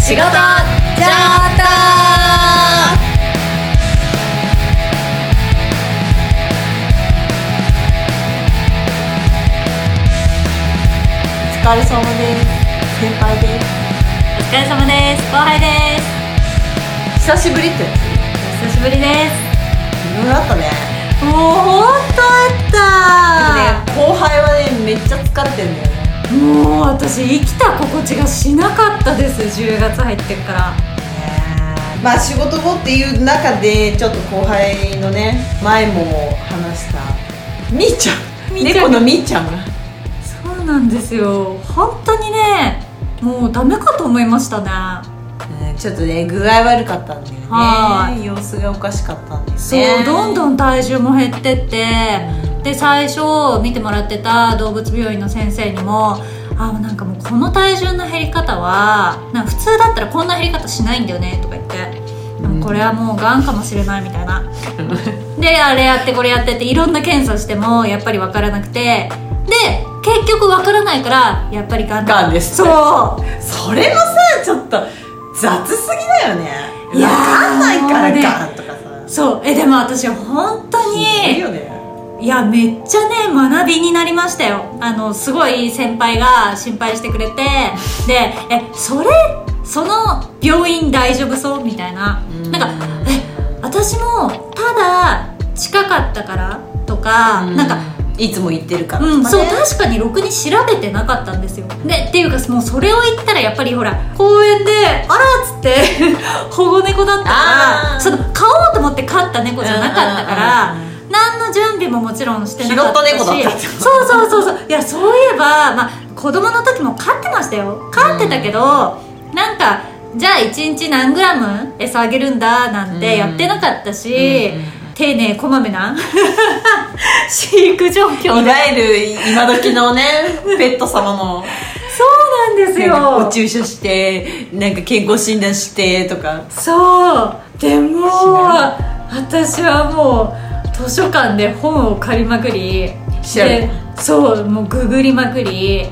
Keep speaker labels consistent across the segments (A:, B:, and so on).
A: 仕事ちょっと
B: 疲れ様です先輩で
A: お疲れ様です後輩です
B: す久しぶりってや
A: お久しぶりです
B: ついろいろあったね
A: もうほんとあ
B: でもね後輩はねめっちゃ疲れてんだよね
A: ったもう私生きた心地がしなかったです10月入ってから
B: まあ仕事後っていう中でちょっと後輩のね前も話したみーちゃん
A: みーちゃん
B: 猫のみーちゃんが
A: そうなんですよ本当にねもうダメかと思いましたね
B: うんちょっとね具合悪かったんだ
A: は
B: よね様子がおかしかったんです
A: そう、
B: ね
A: どん
B: ん
A: どん体重も減ってってで最初見てもらってた動物病院の先生にも「あなんかもうこの体重の減り方はなんか普通だったらこんな減り方しないんだよね」とか言って。でもこれはもうがんかもしれないみたいなであれやってこれやってっていろんな検査してもやっぱり分からなくてで結局分からないからやっぱりがんだ
B: がんです
A: そう
B: それもさちょっと雑すぎだよね
A: いやー
B: わかんないから
A: もうね
B: ガンとかさ
A: そうえでも私本当
B: いい
A: に
B: よね
A: いやめっちゃね学びになりましたよあのすごい先輩が心配してくれてで「えそれその病院大丈夫そう?」みたいななんか「私もただ近かったから」とか、
B: うん
A: なんか
B: いつも言ってるからとか
A: う
B: ね
A: ん、そう確かにろくに調べてなかったんですよでっていうかもうそれを言ったらやっぱりほら公園で「あら」っつって 保護猫だったか
B: あー
A: らその飼おうと思って飼った猫じゃなかったから
B: うんうんうんう
A: 何の準備ももちろんしてなかったし
B: 拾った猫だったってこと
A: そうそうそうそういやそういえば、まあ、子供の時も飼ってましたよ飼ってたけど、なんかじゃあ1日何グラム餌あげるんだなんてやってなかったし、
B: うんうんうん
A: 丁寧こまめな 飼育状況
B: いわゆる今時の ねペット様の
A: そうなんです
B: なんか
A: よ
B: お。注射してなんか健康診断してとか
A: そう。でも
B: な、
A: 私はもう、図書館で本を借りまくり、
B: 調べ
A: でそう、もうググりまくり、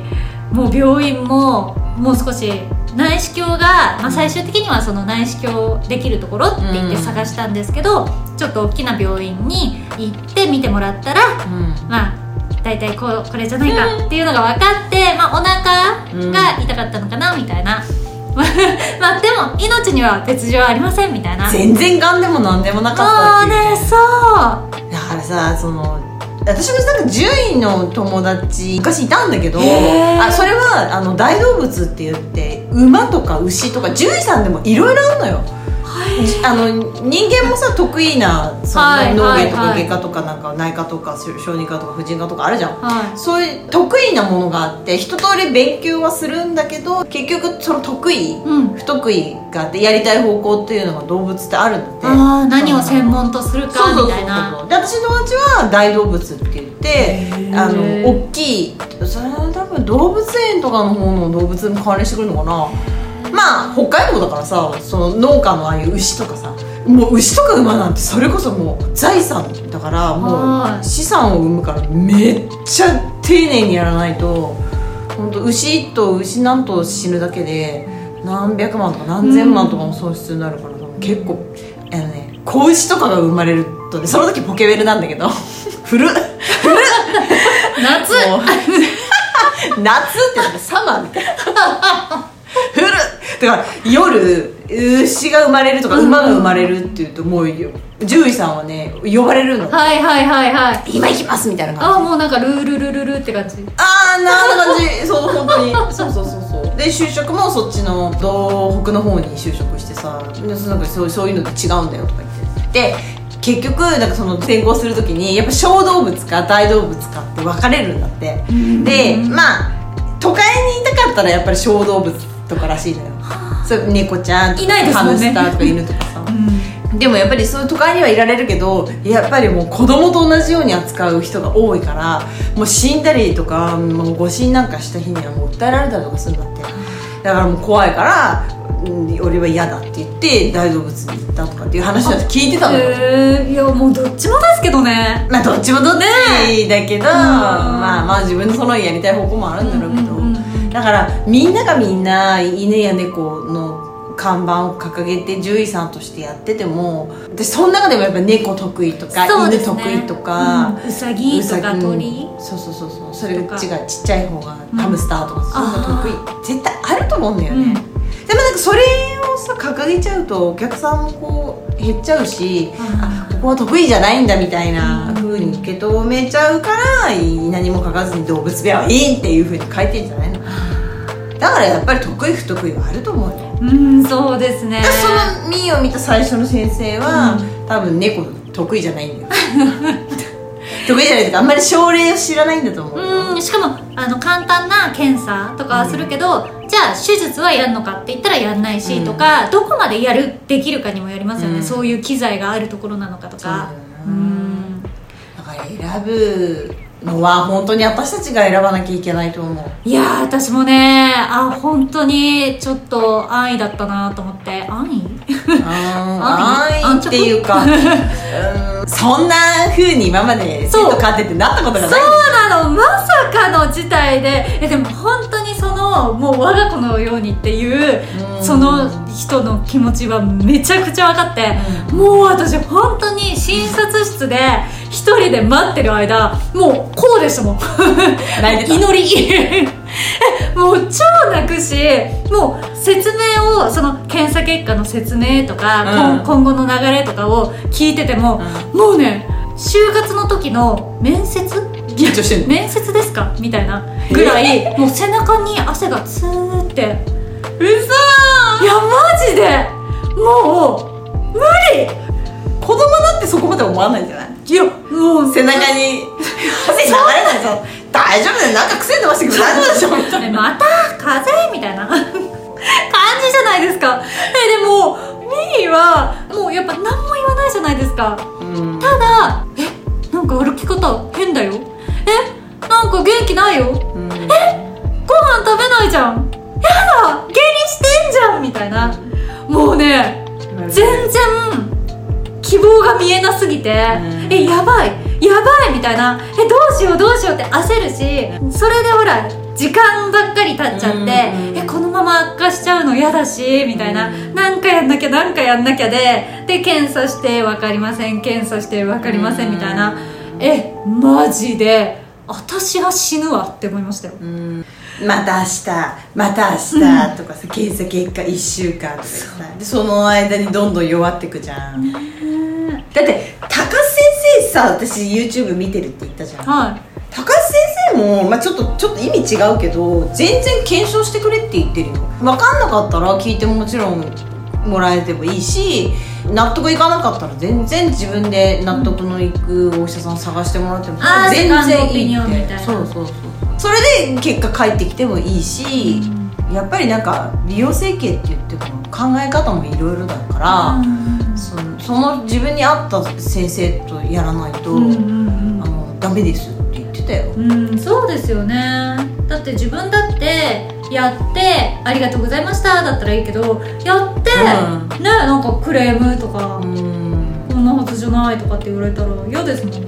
A: もう病院も、もう少し、内視鏡が、まあ、最終的にはその内視鏡できるところって言って
B: うん
A: 探したんですけど、ちょっと大きな病院に行って見てもらったら、まあ大体こうこれじゃないかっていうのが分かって、まあ、お腹が痛かったのかなみたいな、 まあでも命には別状はありませんみたいな
B: 全然がんでもなんでもなか
A: そう
B: ったって
A: ね
B: いう
A: そう
B: だからさその私もなんか獣医の友達昔いたんだけど
A: へー
B: あそれはあの大動物って言って馬とか牛とか獣医さんでもいろいろあるのよじあの人間もさ得意なそ
A: はい
B: の農芸とか
A: はいはい
B: 外科とかなんか内科とか小小児科とか婦人科とかあるじゃん
A: は
B: そういう得意なものがあって一通り勉強はするんだけど結局その得意
A: い、うん
B: 不得意があってやりたい方向っていうのが動物ってあるんだって
A: あー何を専門とする
B: そう
A: か
B: そうそうそう
A: みたいな
B: で私の友達は大動物って言って
A: ー
B: あの大きいそれは多分動物園とかの方の動物も関連してくるのかなまあ北海道だからさその農家のああいう牛とかさもう牛とか馬なんてそれこそもう財産だから
A: は
B: も
A: いう
B: 資産を生むからめっちゃ丁寧にやらないと本当牛一頭牛何頭死ぬだけで何百万とか何千万とかの損失になるから、結構あのね子牛とかが生まれるとねその時ポケベルなんだけど古っ
A: 夏
B: もう 夏ってなんかサマーみたいな古っだから夜牛が生まれるとか馬が生まれるっていうともう獣医さんはね呼ばれるの
A: はいはいはいはい
B: 「今行きます」みたいな感じ
A: ああもうなんかルールルルルって感じ
B: あーなんな感じそう本当にそうそうそうそうで就職もそっちの東北の方に就職してさでそのなんかそうそういうのと違うんだよとか言ってで結局なんかその転校する時にやっぱ小動物か大動物かって分かれるんだってでまあ都会にいたかったらやっぱり小動物とからしいのよそう猫ちゃんと
A: い
B: か
A: ないですも
B: ハ
A: んね
B: ムスターとか犬とかさ
A: うん
B: でもやっぱりそういう都会にはいられるけどやっぱりもう子供と同じように扱う人が多いからもう死んだりとかもう誤死なんかした日にはもう訴えられたりとかするんだってだからもう怖いからうん俺は嫌だって言って大動物に行ったとかっていう話だって聞いてたのよ
A: へえいやもうどっちもですけどね
B: まあどっちもどっちだけど、まあまあ自分のそのやりたい方向もあるんだろうけど、
A: うんうんうん
B: だからみんながみんな犬や猫の看板を掲げて獣医さんとしてやってても私その中でもやっぱ猫得意とか、
A: そうで
B: 犬
A: す
B: 得
A: ね
B: 意とか、
A: うんうさぎとか
B: うさぎ
A: 鳥
B: そうそうそうそうそれ
A: と
B: が
A: か
B: 違うちっちゃい方が
A: うん
B: ハムスターとかそういうのが得意絶対あると思うんだよ
A: う
B: ね、
A: ん
B: でもなんかそれをさ掲げちゃうとお客さんもこう減っちゃうしあここは得意じゃないんだみたいな風に受け止めちゃうから何も書かずに動物部屋はいいっていう風に書いてんじゃないのだからやっぱり得意不得意はあると思うよ
A: うんそうですね
B: そのミーを見た最初の先生は、
A: う
B: 多分猫得意じゃないんだよ 得意じゃないというかあんまり症例を知らないんだと思うよ、
A: うんしかもあの簡単な検査とかはするけど、じゃあ手術はやるのかって言ったらやんないし、
B: うん
A: とかどこまでやるできるかにもよりますよね、
B: うん
A: そういう機材があるところなのかとか
B: そうだよな
A: うん
B: だから選ぶのは本当に私たちが選ばなきゃいけないと思う
A: いやー私もねあ本当にちょっと安易だったなと思って安易
B: あー安易っていうか、うんそんな風に今まで
A: そう
B: 生徒飼っててなったことがない
A: そうなのまさかの事態でえでも本当にそのもう我が子のようにっていう
B: うん
A: その人の気持ちはめちゃくちゃ分かって、もう私本当に診察室で一人で待ってる間もうこうでしたもん
B: 泣いてた
A: 祈り えもう超泣くしもう説明をその検査結果の説明とか、
B: うん
A: 今今後の流れとかを聞いてても、もうね就活の時の面接
B: 緊張してんの
A: 面接ですかみたいなぐらい、もう背中に汗がツーっていや
B: うそ
A: マジでもう無理
B: 子供だってそこまで思わないんじゃない
A: いやもう
B: 背中に汗流れないぞ大丈夫だよなんか癖出ましたけど大丈夫でしょみたいな
A: えまた風邪みたいな感じじゃないですかえでもミーはもうやっぱ何も言わないじゃないですかただえなんか歩き方変だよえなんか元気ないよご飯食べないじゃんやだ下痢してんじゃんみたいなもうね全然希望が見えなすぎて、
B: ん
A: えやばいやばいみたいなえどうしようどうしようって焦るしそれでほら時間ばっかり経っちゃって、
B: うん
A: えこのまま悪化しちゃうの嫌だしみたいな、なんかやんなきゃなんかやんなきゃでで検査して分かりません検査して分かりませんみたいな、えマジで私は死ぬわって思いましたよ、
B: また明日また明日とかさ検査結果1週間とかさでその間にどんどん弱ってくじゃんだって高須先生さ私 YouTube 見てるって言ったじゃん高
A: はい
B: 須先生も、まあ、ちょっとちょっと意味違うけど全然検証してくれって言ってるよ分かんなかったら聞いてももちろんもらえてもいいし納得いかなかったら全然自分で納得のいくお医者さんを探してもらっても
A: あー
B: 全然いい
A: セカンドオピニオンみ
B: った
A: い
B: て
A: な
B: そうそうそうそれで結果返ってきてもいいし、やっぱりなんか美容整形って言っても考え方もいろいろだから、そのその自分に合った先生とやらないと、
A: うんうんうん
B: あのダメですって言ってたよ
A: うんそうですよねだって自分だってやって「ありがとうございました」だったらいいけどやって、
B: うん
A: ねなんかクレームとか、
B: うん
A: こんなはずじゃないとかって言われたら嫌ですもんね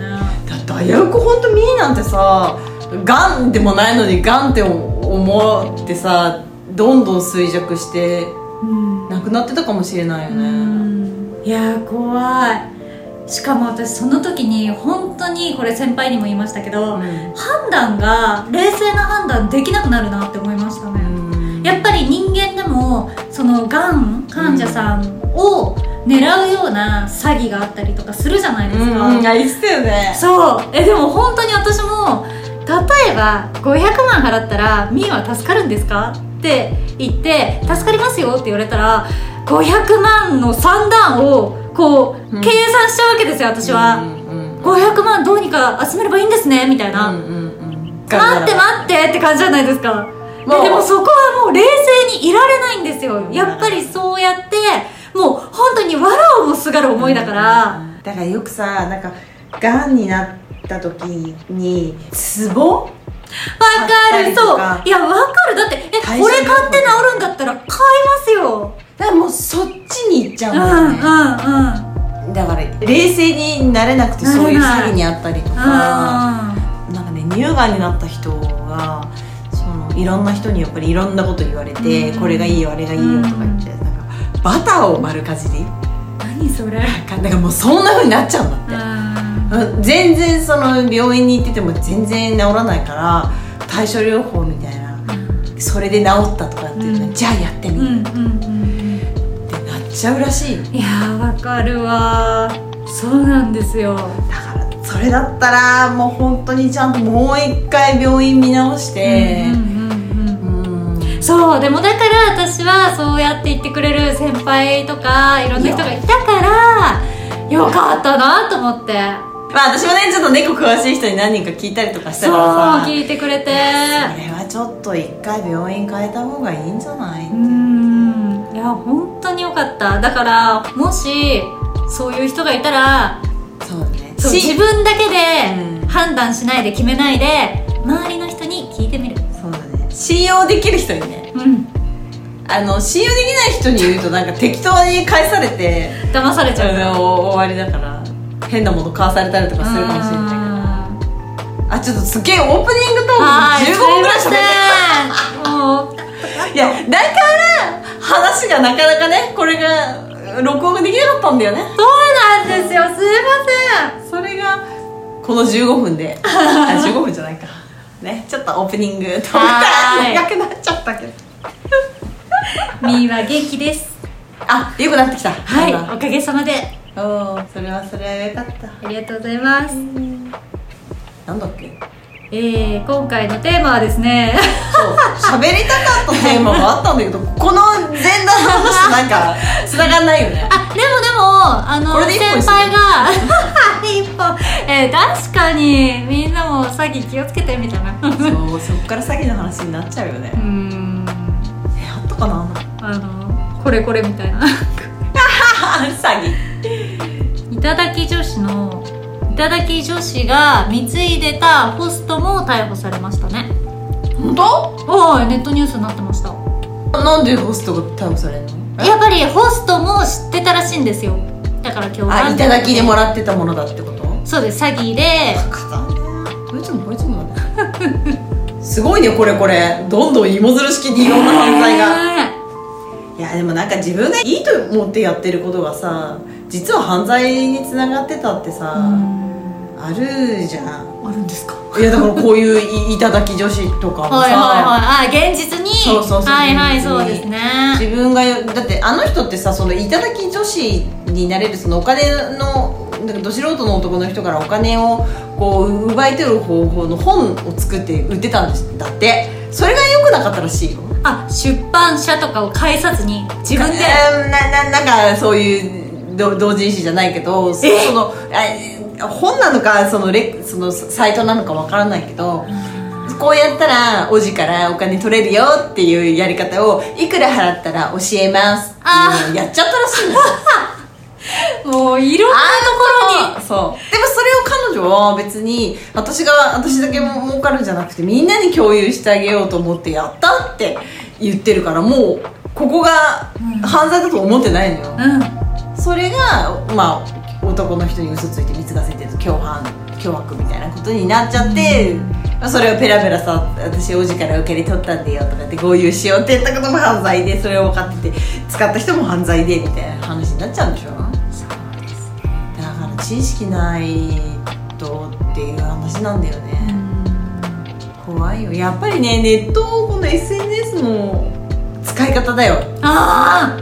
B: だって危うく本当ミーなんてさがんでもないのにがんって思ってさどんどん衰弱して
A: うん
B: 亡くなってたかもしれないよね、
A: いやー怖いしかも私その時に本当にこれ先輩にも言いましたけど、判断が冷静な判断できなくなるなって思いましたね、やっぱり人間でもそのがん患者さんを狙うような詐欺があったりとかするじゃないですか、
B: うん、あ言ってたよね
A: そうえでも本当に私も例えば500万払ったらみーは助かるんですかって言って助かりますよって言われたら500万の三段をこ
B: う
A: うん計算しちゃうわけですよ私は、
B: うんうん
A: 500万どうにか集めればいいんですねみたいな、
B: うんうんうん、
A: 待って待ってって感じじゃないですか
B: もう
A: でもそこはもう冷静にいられないんですよやっぱりそうやってもう本当にわらをもすがる思いだから、
B: だからよくさなんかがんになった時にツボ
A: わか
B: 買ったり
A: る
B: と
A: そう
B: か
A: いやわかるだってえ
B: 会社
A: これ
B: で
A: 買って治るんだったら買いますよ
B: だからもうそっちに行っちゃ
A: う
B: うんん
A: う
B: だ
A: んうん
B: よね、だから冷静になれなくて
A: なれない
B: そういう詐欺にあったりとか
A: う
B: なんかね乳がんになった人がそのいろんな人にやっぱりいろんなこと言われて、
A: うん
B: これがいいよあれがいいよとか言って、なんかバターを丸かじり
A: 何それ
B: なんかもうそんな風になっちゃうんだって
A: あ
B: 全然その病院に行ってても全然治らないから対処療法みたいなそれで治ったとかっていうの、
A: うん
B: じゃあやってみ
A: う
B: る、
A: んうんうん
B: ってなっちゃうらしい
A: う
B: よ
A: んいやーわかるわーそうなんですよ
B: だからそれだったらもう本当にちゃんともう一回病院見直して
A: うんうんうんうん
B: うん
A: そうでもだから私はそうやって言ってくれる先輩とかいろんな人がいたからよかったなと思って
B: まあ私もねちょっと猫詳しい人に何人か聞いたりとかした
A: そう
B: からさ
A: 聞いてくれて
B: それはちょっと一回病院変えた方がいいんじゃないう
A: ーんいや本当によかっただからもしそういう人がいたら
B: そうだね
A: そう
B: し
A: 自分だけ
B: うん
A: で判断しないで決めないで周りの人に聞いてみる
B: そうだね信用できる人にね
A: うん
B: あの信用できない人に言うとなんか適当に返されて
A: 騙されちゃう
B: あの終わりだから変なもの買わされたりとかするかもしれないけど
A: い
B: あちょっとすげえオープニングト
A: はい
B: ーク15分ぐらいしゃ
A: す
B: べ
A: い
B: っ
A: ません もう
B: たいやだから話がなかなかねこれが録音ができなかったんだよね
A: そうなんですよすいません
B: それがこの15分であ15分じゃないかねちょっとオープニングと思った
A: はー
B: ら
A: い
B: 長くなっちゃったけど
A: みーは元気です。
B: あ良くなってきた
A: はい、
B: だんだん
A: おかげさまで。
B: おーそれはそれはよかった
A: ありがとうございます。
B: なんだっけ
A: えー、今回のテーマはですね、
B: そう喋りたかったテーマがあったんだけどこの前段の話となんか繋がんない よね
A: あ、でもでも、あ
B: こ
A: の、
B: れで一本
A: 先
B: ですね
A: 輩が、 一本、えー、確かに、みんなも詐欺気をつけてみたいな。う
B: そうそっから詐欺の話になっちゃうよね
A: ーん、
B: えあったかな
A: あの、これこれみたいな。
B: 詐欺
A: いただき女子の、いただき女子が貢いでたホストも逮捕されましたね。
B: 本当
A: おーい、ネットニュースになってました。
B: なんでホストが逮捕されるの
A: やっぱりホストも知ってたらしいんですよだから今日は
B: あいただきでもらってたものだってこと
A: そうです詐欺で
B: こいつもこいつもだねすごいねこれこれどんどん芋づる式にいろんな犯罪が、
A: ね
B: いやでもなんか自分がいいと思ってやってることがさ実は犯罪につながってたって
A: え
B: さ、
A: うん
B: あるじゃん
A: あるんですか
B: いやだからこういういいただき女子とかもさ、
A: はいはいはいあ現実に
B: そうそうそう
A: はいはい
B: 現実に
A: そうですね
B: 自分がよだってあの人ってさそのいただき女子になれるそのお金のなんかど素人の男の人からお金をこう奪い取る方法の本を作って売ってたんですだってそれが良くなかったらしいよ
A: あ出版社とかを介さずに自分で
B: うんなななんかそういうど同人誌じゃないけどそそのあ本なのかそのレそのサイトなのかわからないけどこうやったらおじからお金取れるよっていうやり方をいくら払ったら教えますっていうのをやっちゃったらしいんですよ
A: もういろんなところに
B: そうでもそれを彼女は別に私が私だけも儲かるんじゃなくてみんなに共有してあげようと思ってやったって言ってるからもうここが
A: うん
B: 犯罪だと思ってないのよ、
A: うん
B: それがまあ男の人に嘘ついて貢がせてる共犯凶悪みたいなことになっちゃって、まあそれをペラペラさ私王子から受け取ったんだよとかって合流しようって言ったことも犯罪でそれを分かってて使った人も犯罪でみたいな話になっちゃうんでしょ
A: そうです
B: だから知識ないとっていう話なんだよ
A: う
B: ね、
A: ん
B: 怖いよやっぱりねネットこの SNS の使い方だよ
A: ああ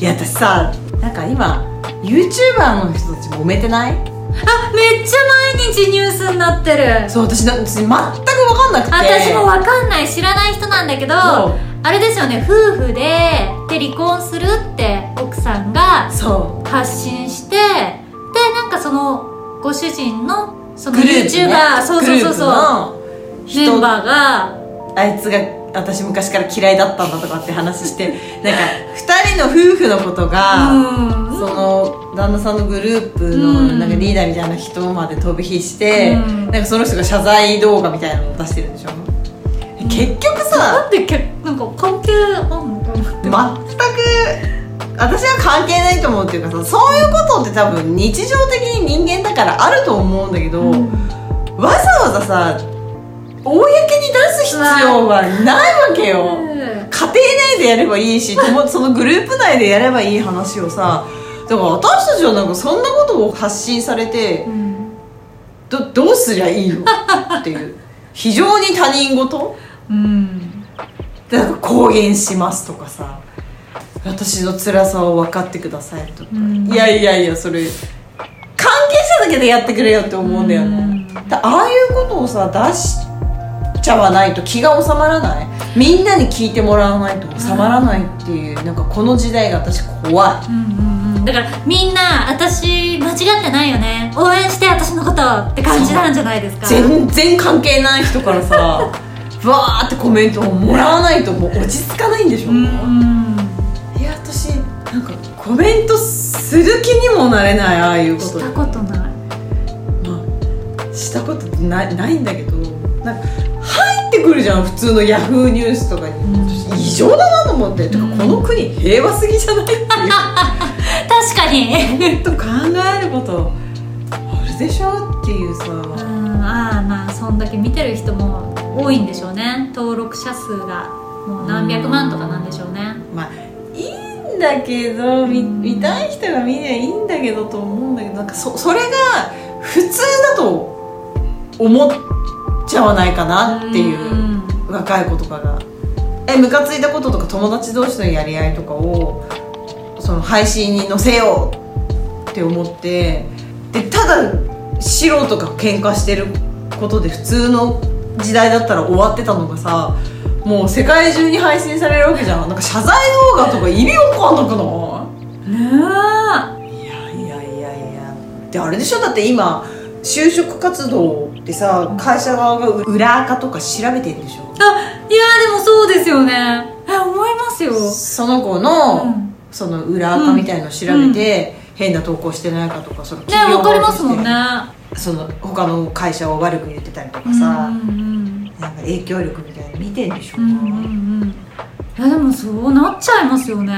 B: いや私さなんか今 YouTuber の人たち揉めてない
A: あめっちゃ毎日ニュースになってる
B: そう私な私全く分かんなくて
A: 私もわかんない知らない人なんだけど
B: そ
A: あれですよね夫婦でで離婚するって奥さんが
B: そ
A: 発信してでなんかそのご主人のそうの
B: グループ、ね、
A: YouTuber そうそうそうそう
B: そう
A: メ
B: 人
A: ンバーが
B: あいつが私昔から嫌いだったんだとかって話して なんか2人の夫婦のことが、
A: うん
B: その旦那さんのグループの
A: うん
B: なんかリーダーみたいな人まで飛び火して、
A: うん
B: なんかその人が謝罪動画みたいなのを出してるんでしょ、結局
A: な
B: さ
A: んでけなんか関係あんのかな
B: 全く私は関係ないと思うっていうかさそういうことって多分日常的に人間だからあると思うんだけど、わざわざさ公に出す必要はないわけよ、
A: うん
B: 家庭内でやればいいし友 そのグループ内でやればいい話をさだから私たちはなんかそんなことを発信されて
A: うん
B: どどうすりゃいいのっていう非常に他人事
A: うん
B: でなんか公言しますとかさ私の辛さを分かってくださいとか、
A: うん
B: いやいやいやそれ関係者だけでやってくれよって思うんだよね、
A: うん
B: だああいうことをさ出しちゃわないと気が収まらないみんなに聞いてもらわないと収まらないっていう、なんかこの時代が私怖
A: うんうんうんだからみんな私間違ってないよね応援して私のことって感じなんじゃないですか
B: い全然関係ない人か らさわーってコメントをもらわないともう落ち着かないんでしょ、
A: うん
B: いや私なんかコメントする気にもなれないああいうこ
A: し
B: と
A: たことない
B: まあ、したことないないんだけどなんか入ってくるじゃん普通のヤフーニュースとかに、
A: うん
B: 異常だなと思って、てか
A: うん
B: この国平和すぎじゃないってい
A: 確かに
B: う と考えることあるでしょっていう
A: う
B: さ
A: んああまあそんだけ見てる人も多いんでしょうね登録者数がもう何百万とかなんでしょうね
B: まあいいんだけど見見たい人が見りゃいいんだけどと思うんだけどなんかそそれが普通だと思っちゃわないかなっていう。
A: ん
B: 若い子とかがえムカついたこととか友達同士のやり合いとかをその配信に載せようって思ってでただ素人が喧嘩してることで普通の時代だったら終わってたのがさもう世界中に配信されるわけじゃんなんか謝罪動画とか意味わかんなくない
A: ね
B: いやいやいやいやであれでしょだって今就職活動ってさ会社側が裏垢とか調べてんでしょ
A: えあいやでもそうですよねえ思いますよ
B: その子の、
A: うん
B: その裏垢みたいのを調べて、変な投稿してないかとかその
A: ねわかりますもんね
B: その他の会社を悪く入れてたりとか
A: う
B: さ、
A: んうん
B: なんか影響力みたいなの見てんでしょ、
A: うんうんうんうんいやでもそうなっちゃいますよね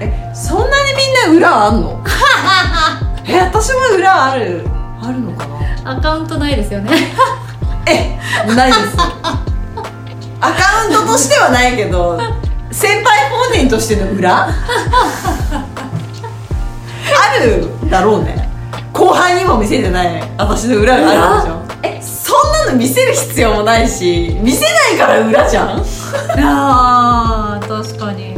B: えそんなにみんな裏あん のえ私も裏あるあるのかな
A: アカウントないですよね
B: えないですアカウントとしてはないけど先輩本人としての裏あるだろうね後輩にも見せてない私の裏があるわけでしょえそんなの見せる必要もないし見せないから裏じゃん
A: あー確かにね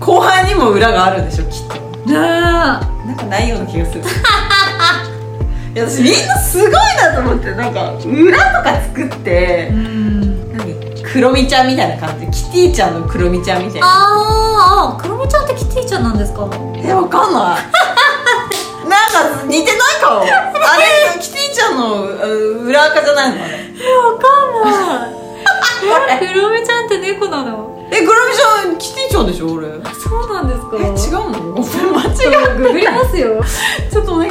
B: 後輩にも裏があるんでしょきっと
A: え
B: なんかないような気がするいや私みんなすごいなと思ってなんか裏とか作って
A: うん
B: 何クロミちゃんみたいな感じキティちゃんのクロミちゃんみたいな
A: あーあクロミちゃんってキティちゃんなんですか
B: えわかんない なんか似てないかもあれキティちゃんのうん裏垢じゃないのあれ
A: えわかん ない
B: え
A: クロミちゃんって猫なの
B: えグラミちゃんキティちゃんでしょ俺え
A: そうなんですか
B: 違うの間
A: ちょっとググります よ
B: ちょっとお願い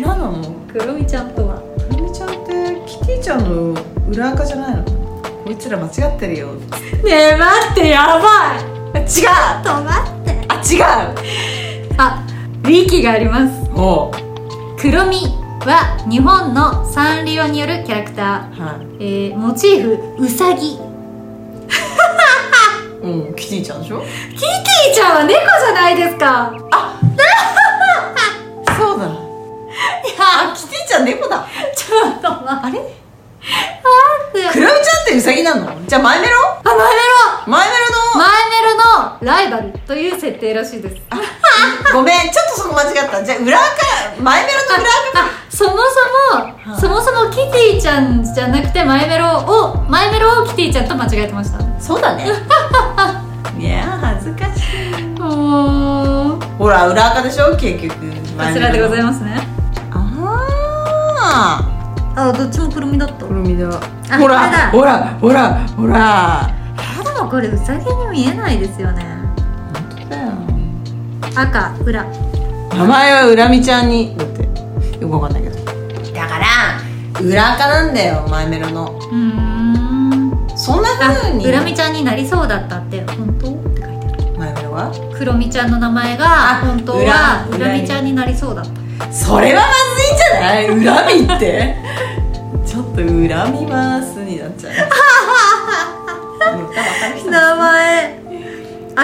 B: 何なの
A: クロミちゃんとは
B: グラミちゃんってキティちゃんの裏垢じゃないのこいつら間違ってるよ
A: ねえ待ってやばい
B: 違う
A: 止まって
B: あ違
A: あウィキがあります
B: うおう
A: クロミは日本のサンリオによるキャラクタ
B: は
A: ー、えー、モチーフウサギ
B: いうんキティちゃんでしょ
A: キティちゃんは猫じゃないですか
B: そうだ
A: いや
B: キティちゃん猫だ
A: ちょっと待
B: あれ
A: って
B: クラミちゃんってウサギなのじゃあマイメロ
A: あマイメロ
B: マイメロの
A: マイメロのライバルという設定らしいですあ
B: ごめん、ちょっとそこ間違った。じゃあ、裏垢、前メロの裏垢。
A: そもそも、
B: はい
A: そもそもキティちゃんじゃなくてマイメロをマイメロをキティちゃんと間違えてました
B: そうだね。 いやー、恥ずかしい。
A: おー
B: ほら、裏垢でしょ結局。
A: こちらでござい
B: す。
A: ますね
B: あ
A: あどっちもくるみだった
B: ー。ルミだ。
A: あ
B: ほ
A: これだ
B: ら、ほら、ほら、ほら。
A: ただもこれウサギに見えないですよね
B: 本当だよ。
A: 赤裏だ
B: 名前は裏みちゃんに。だって、よくわかんないけど。だから、裏垢なんだよ、前メロの。
A: うーん
B: そんな
A: あ
B: 風に。
A: 裏みちゃんになりそうだったって本当って書いてある
B: 前メロは
A: 黒みちゃんの名前が
B: あ
A: 本当は
B: 裏
A: 裏みちゃんになりそうだった
B: それはまずいんじゃない 恨みってちょ っと恨みますになっちゃう言ったら分かる人
A: 前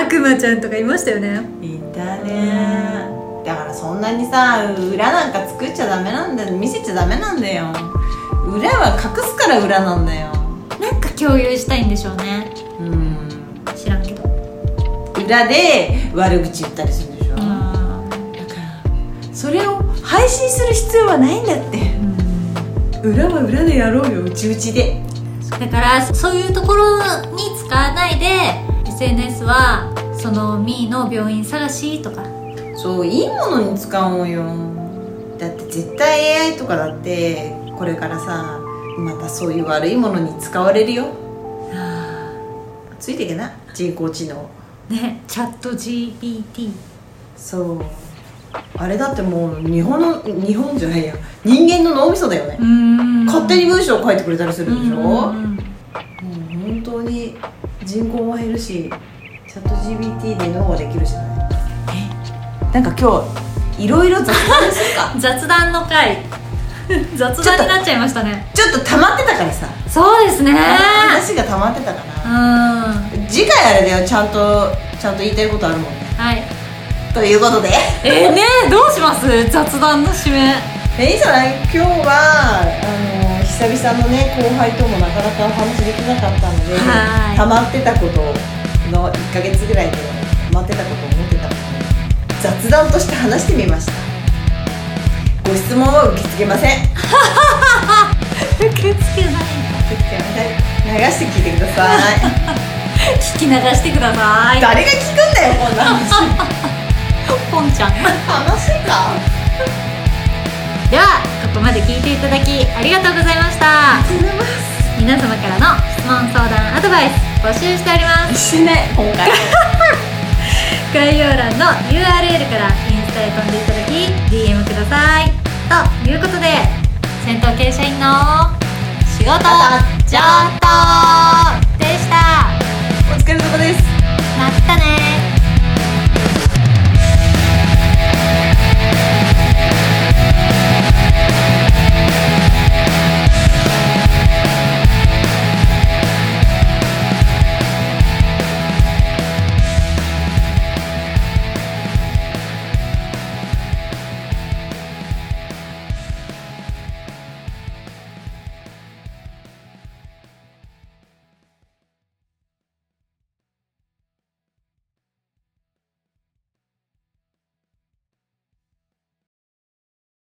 A: 悪魔ちゃんとかいましたよね
B: いたねだからそんなにさ裏なんか作っちゃダメなんだよ見せちゃダメなんだよ裏は隠すから裏なんだよ
A: なんか共有したいんでしょうね
B: うん
A: 知らんけど
B: 裏で悪口言ったりするでしょ、だか
A: あ
B: らそれを配信する必要はないんだって
A: うん
B: 裏は裏でやろうようちうちで
A: だからそういうところに使わないで SNS はそのミーの病院探しとか
B: そういいものに使おうよだって絶対 AI とかだってこれからさまたそういう悪いものに使われるよついていけない人工知能
A: ねチャット GPT
B: そうあれだってもう日本の日本じゃないや人間の脳みそだよね、
A: ん
B: 勝手に文章を書いてくれたりするでしょ、
A: うんうん
B: もう本当に人口も減るしチャット GPT で脳ができるじゃないなんか今日いろいろ雑談するか
A: 雑談の回 雑談になっちゃいましたね
B: ちょっと溜まってたからさ
A: そうですね
B: 話が溜まってたか
A: うん
B: ら
A: は
B: 次回あれだよちゃんとちゃんと言いたいことあるもんね
A: い
B: ということで
A: えー、ねどうします雑談の締め
B: えいいじゃない今日はあの久々のね後輩ともなかなかお話できなかったので
A: はい
B: 溜まってたことの1ヶ月ぐらいで溜まってたこと思ってたこと雑談として話してみましたご質問は受け付けません受
A: 受け付けない
B: け付けません流して聞いてくださ い
A: 聞き流してください
B: 誰が聞くんだよこんな話
A: ポンちゃん
B: 楽しいか
A: ではここまで聞いていただきありがとうございま した
B: 決めます
A: 皆様からの質問相談アドバイス募集しております
B: しない今回
A: 概要欄の URL からインスタへ飛んでいただき DM くださいということで戦闘系社員の仕事上等